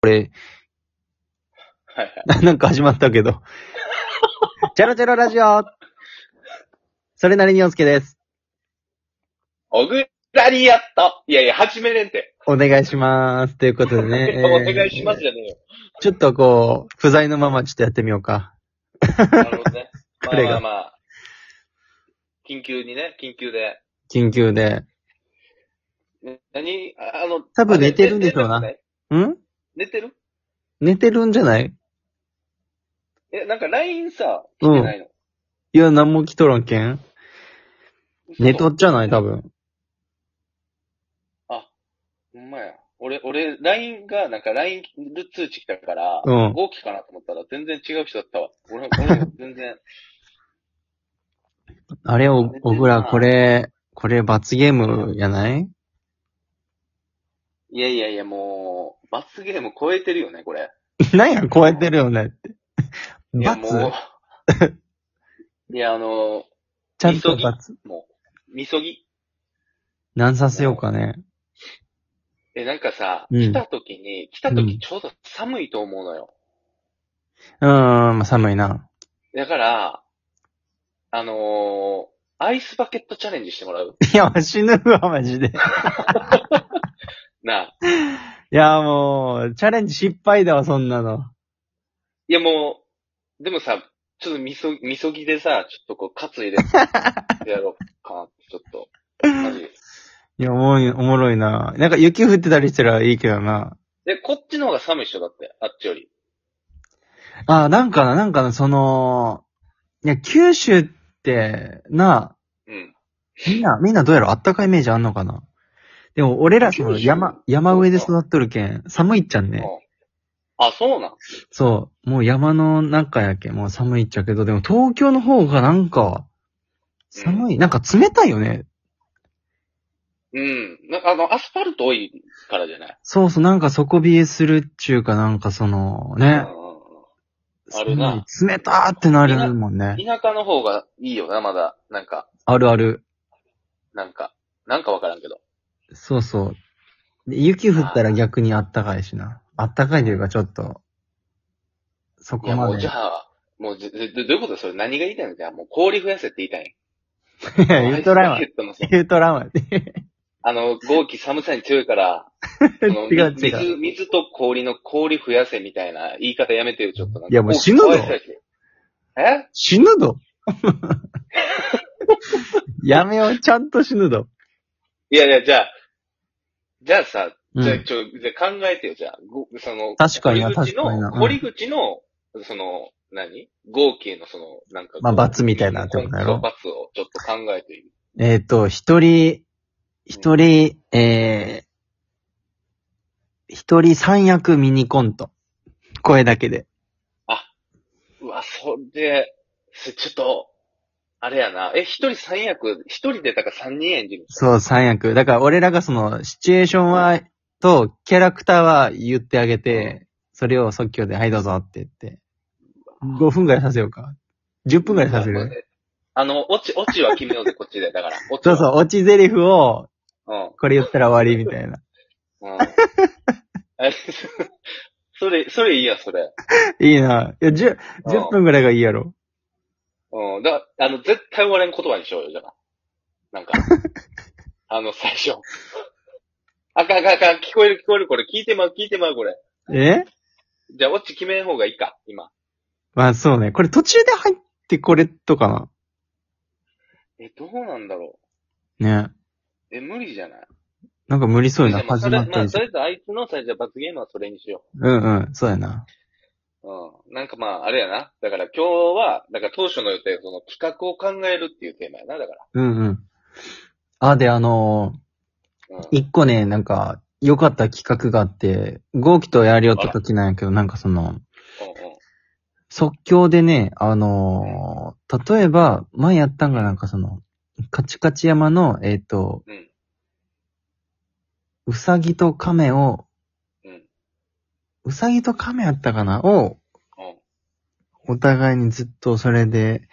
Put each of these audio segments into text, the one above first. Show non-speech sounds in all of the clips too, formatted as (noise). これ、はいはい。 (laughs) ななんか始まったけ (laughs) ど。チャラチャララジオそれなりにおすけです。オグラリアットいやいや、始めれんて。お願いします。ということでね。 (laughs) お願いしますえじゃね (laughs) えよ。ーちょっとこう、不在のままちょっとやってみようか。なるほどね。まあ彼まがあまあ。緊急にね、緊急で。緊急で。何ああの、多分あ寝てるんでしょうな寝てん寝てる寝てるんじゃないえ、なんか LINE さ、来てないの。いや、何も来とらんけん。嘘寝とっちゃない多分。ほんまや。俺、俺、LINE が、なんか LINE 通知来たから、うん号機かなと思ったら全然違う人だったわ。俺、俺、全然。 (laughs) あれ、お、小倉、これ、これ罰ゲームやない (laughs) いやいやいや、もう、罰ゲーム超えてるよね、これ。なんや、こうやってるよねって。いや、罰もう。 (laughs) いや、あの、ちゃんと罰もう、みそぎ。何させようかね。え、なんかさ、うん来た時に、来たうん時ちょうど寒いと思うのよ。うーん、まあ寒いな。だから、あのーアイスバケットチャレンジしてもら (laughs) う。 (laughs) いや、死ぬわ、マジで。 (laughs) なあ。いや、もう、チャレンジ失敗だわ、そんなの。いや、もう、でもさ、ちょっとみそ、みそぎでさ、ちょっとこう、カツ入 (laughs) れてやろうかなって、ちょっと。マジいや、おもろい、おもろいな。なんか雪降ってたりしたらいいけどな。で、こっちの方が寒い人だって、あっちより。あー、なんかな、なんかな、その、いや、九州って、な、うん。みんな、みんなどうやろあったかいイメージあんのかなでも、俺ら、その、九州山、山上で育っとるけん、寒いっちゃんね。うんあ、そうなん。そう。もう山の中やけん、もう寒いっちゃけど、でも東京の方がなんか、寒い、なんか冷たいよね。うん。なんかあの、アスファルト多いからじゃないそうそう、なんか底冷えするっちゅうかなんかその、ね。あるなすごい冷たーってなるもんね。田舎の方がいいよな、まだ。なんか、あるある。なんか、なんかわからんけど。そうそう。で雪降ったら逆にあったかいしな。あったかいというかちょっと、そいこや、もまう、で。じゃあ、もう、ぜぜどういうことそれ何が言いたいのじゃあ、もう氷増やせって言いたいいや (laughs) ん。言うとらんわアイ。スバケットもさ言うとらんわ。あの、豪気寒さに強い (laughs) から、違そうの違う。水、水と氷の氷増やせみたいな言い方やめてよ、ちょっとなんか。いやもう死ぬぞかわいそうやしえ死ぬぞ (laughs) やめよう、ちゃんと死ぬぞ。いやいや、じゃあ、じゃあさ、うじゃあ、ん。ちょ、じゃあ考えてよ、じゃあ、ご、その、確かにな堀口の確かになうん堀口の、その、何合計のその、なんかこう。まあ罰みたいなってことやろそう罰をちょっと考えてみる。えっ、と、一人、一人、えー、一人三役ミニコント。声だけで。うわ、それ、それちょっと、あれやな。え、一人三役、一人でだから三人演じる。そう、三役。だから俺らがその、シチュエーションは、と、キャラクターは言ってあげて、それを即興で、はいどうぞって言って。5分ぐらいさせようか。10分ぐらいさせる。あの、オチ、オチは決めようぜ、こっちで。だから、オチそうは。そう、落ち台詞を、うん。これ言ったら終わりみたいな。 (laughs) うん。 (laughs) えそれ、それいいや、それ。いいな。いや、10、10分ぐらいがいいやろ。うん。だから、あの、絶対終われん言葉にしようよ、じゃあ。なん (laughs) か。あの、最初。あかんあかんあかん、聞こえる聞こえる、これ。聞いてまう、聞いてまう、これ。えじゃあ、オッチ決めん方がいいか、今。まあそうね。これ途中で入ってこれとかな。え、どうなんだろね。う。え、無理じゃないなんか無理そうやな、じゃあまあ始まっそれまたあ、りしとりあえずあいつの最初は罰ゲームはそれにしようんうん、そうやな。う。うん。なんかまあ、あれやな。だから今日は、だから当初の予定、その企画を考えるっていうテーマやな、だかうんうん。あ、で、あのら。うんー、一個ね、なんか、良かった企画があって、豪輝とやりよった時なんやけど、なんかその、即興でね、あのー、例えば、前やったんがなんかその、カチカチ山の、えっ、と、うんうさぎと亀を、うん。うん。うん。うさぎと亀やったかなを、うん。お互いにずっとそれで、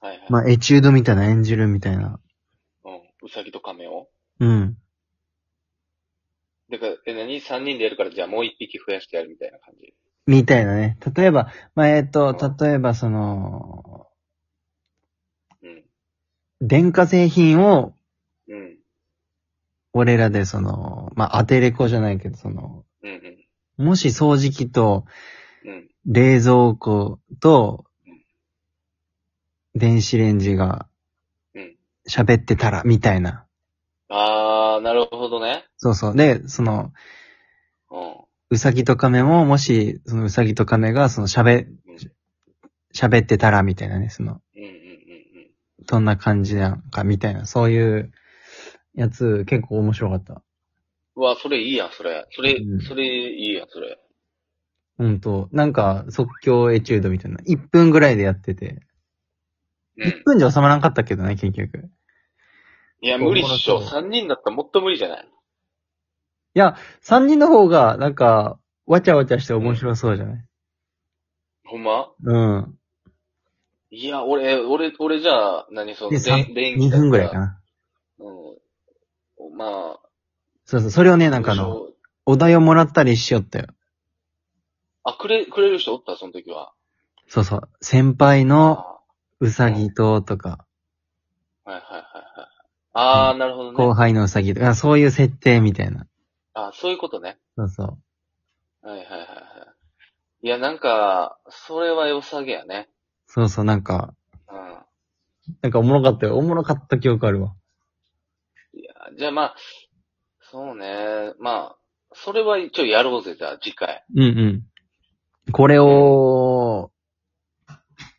はいはい。まあ、エチュードみたいな演じるみたいな。うん。うさぎと亀をうん。だから、え、何 ?3 人でやるから、じゃあもう1匹増やしてやるみたいな感じ。みたいなね。例えば、まあ、えっと、例えばその、うん。電化製品を、うん。俺らでその、まあ、当てレコじゃないけど、その、うんうん。もし掃除機と、うん。冷蔵庫とうん、電子レンジがうん、喋ってたら、みたいな。あー、なるほどね。そうそう。で、その、うん。うさぎとカメも、もし、そのうさぎとカメが、その喋、うん。喋ってたら、みたいなね、その、うんうんうんどんな感じなんか、みたいな、そういう、やつ、結構面白かった。うん。うわ、それいいやん、それ。それうん、それいいやん、それ。ほんと、なんか、即興エチュードみたいな。1分ぐらいでやってて。う1ん。分じゃ収まらんかったけどね、結局。いや、無理っしょ。そう3人だったらもっと無理じゃないいや、3人の方が、なんか、わちゃわちゃして面白そうじゃないほんまうん。いや、俺、俺、俺じゃあ、何その、で、電三電2分ぐらいか。な。うん。まあ、そうそう、それをね、なんかあの、どうしようお題をもらったりしよったよ。あ、くれ、くれる人おった、その時は。そうそう、先輩のあうさぎととか、ーはいはいはいはい。あー、なるほど後ね。輩のうさぎとか、そういう設定みたいな。あそういうことね。そうそう。はいはいはいはい。いや、なんか、それは良さげやね。そうそう、なんか、うん。なんかおもろかったよ。おもろかった記憶あるわ。じゃあまあ、そうね。まあ、それは一応やろうぜ、じゃあ、次回。うんうん。これを、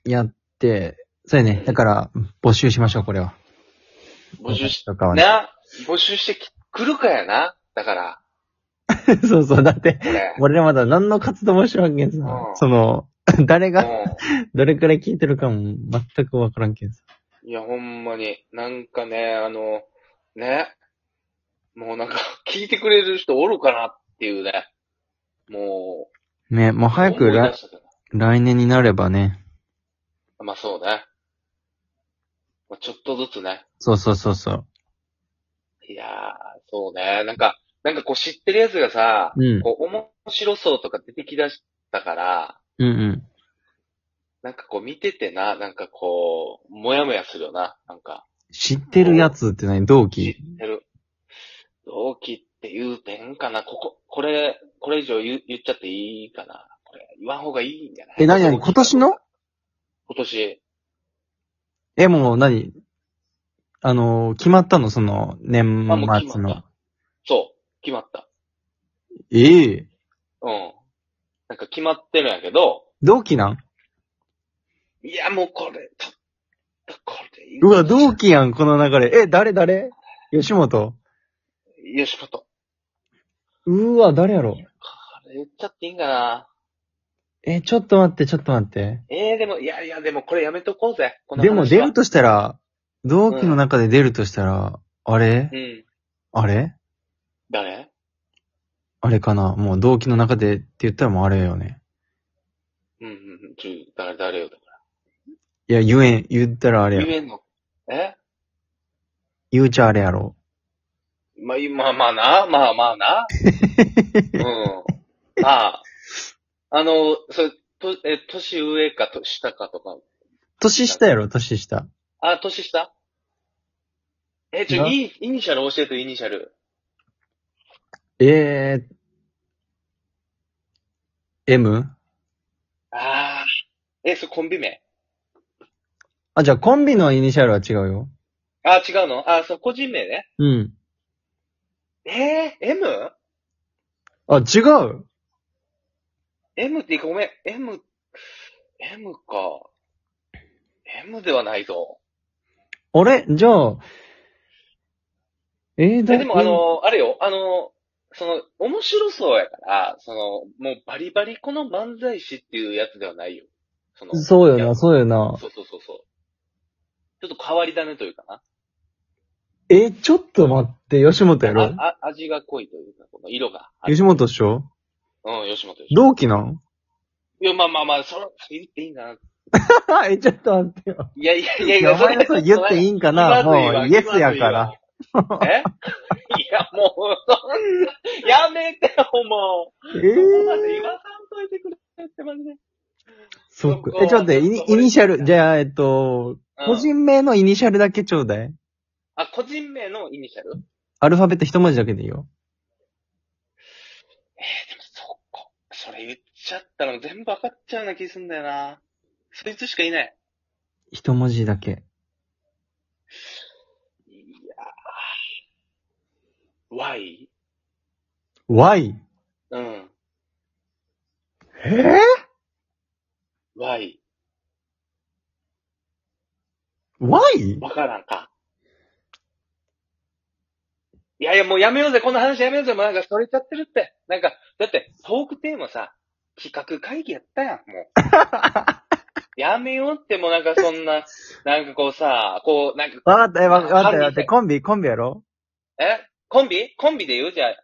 やって、そうやね。だから、募集しましょう、これは。募 (laughs) 集し、とかはね。な、募集してき来るかやな。だから、そうそう、だって、これ。俺らまだ何の活動もしてるわけんさう。んその、 (laughs) 誰うが、ん。どれくらい聞いてるかも全くわからんけどさ。いや、ほんまに。なんかね、あの、ね。もうなんか、 (laughs) 聞いてくれる人おるかなっていうね。もう。ね、もう早く思い来出したけど来年になればね。まあそうね。まあ、ちょっとずつね。そうそうそうそう。いやー、そうね。なんか、なんかこう知ってるやつがさ、うんこう面白そうとか出てきだしたから、うんうん。なんかこう見ててな、なんかこう、もやもやするよな。なんか、知ってるやつって何同知っ期てる。同期って言うてんかな。ここ、これ、これ以上言う言っちゃっていいかな。これ、言わん方がいいんじゃないえ、何同何期今年の今年。え、もう何あのー、決まったのその、年あ、もう決末まっのた。。そう、決まった。ええうん。なんか決まってるんやけど、同期なんいや、もうこれ、ちょっと、これいい。うわ、同期やん、この流れ。え、誰誰吉本よし、こと。うわ、誰やろこれ言っちゃっていいんかな。え、ちょっと待って、ちょっと待って。ええー、でも、いやいや、でもこれやめとこうぜ。この話ではも出るとしたら、同期の中で出るとしたら、あれうん。あれ誰あれかなもう同期の中でって言ったらもうあれよね。うんうんうん。ちゅ、誰、誰よ。いや、言えん、言ったらあれ言や。えんの。え言うちゃあれやろ。まあ、 (laughs) まあまあな、まあまあな。うん。まあ、あの、それ、と、え、年上かと、下かとか。年下やろ、年下。あ、年下え、ちなょ、イイニシャル教えて、イニシャル。えー、M? ああ。え、それコンビ名あ、じゃあコンビのイニシャルは違うよ。あ、違うのあ、そう、個人名ね。うん。えー、M? あ、違う M ってごめん、M、M か。M ではないぞ。あれじゃあ、えー、だえ、でもあ、の、あれよ、あの、その、面白そうやから、その、もうバリバリこの漫才師っていうやつではないよ。そのそうよな、うそうよな。そうそうそうそう。ちょっと変わり種というかな。えー、ちょっと待って、吉本やろああ味が濃いというか、この色が。吉本っしょうん、吉本吉本同期なんいや、まあまあまあ、その、言っていいな。 (laughs) え、ちょっと待ってよ。いやいやいやいいや、や、お前らそれ言っていいんかな気まずいわもう、イエスやか。気まずいらわ。えいや、もう、そんな、やめてよ、もう。えそこまーで言わさんといてくれって、マジで。そっか。え、ちょっと待って、イニイニシャル、じゃあ、えっと、うん個人名のイニシャルだけちょうだい。あ、個人名のイニシャルアルファベット一文字だけでいいよ。えー、でもそこ、それ言っちゃったら全部分かっちゃうような気すんだよな。そいつしかいない。一文字だけ。いやー。Y? Y? うん。えー Y。 ?Y? わからんか。いやいや、もうやめようぜ、この話やめようぜ、もうなんかそれちゃってるって。なんか、だって、トークテーマさ、企画会議やったやん、もう。やめようって、もうなんかそんな、なんかこうさ、こう、なんか、わかった、えわわかった、わか管理しってた。コンビ、コンビやろえコンビコンビで言うじゃあ、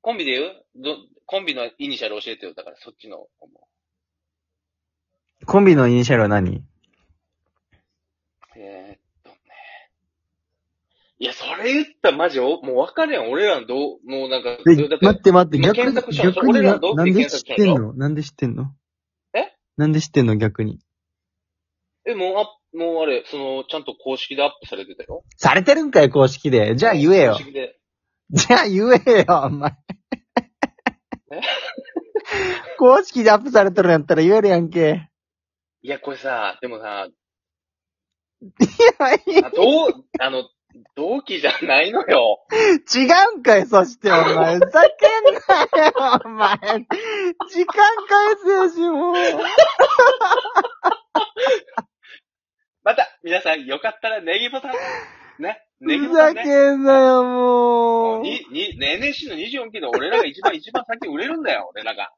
コンビで言うど、コンビのイニシャル教えてよ。だからそっちの。コンビのイニシャルは何えー、っとね。いや、それ言ったらマジお、もう分かるやん。俺らのどう、もうなんか、えだって待って待って、今逆に、検索したの逆に俺らな同期なんでで検知っ索てしたんののなんで知ってんのえなんで知ってんの逆に。え、もう、あ、もうあれ、その、ちゃんと公式でアップされてたよ。されてるんかい、公式で。じゃあ言えよ公。式で。じゃあ言えよ、お前え。 (laughs) 公式でアップされてるんやったら言えるやんけ。いや、これさ、でもさ、いや、いいあどう、 (laughs) あの、同期じゃないのよ。違うんかい、そして、お前。ふざけんなよ、お前。時間返せよ、しもう。また、皆さん、よかったらネギボタン。ね。ネギふボタざンね。けんなよ、もう。に、に、NSC の24期の俺らが一番、一番先売れるんだよ、俺らが。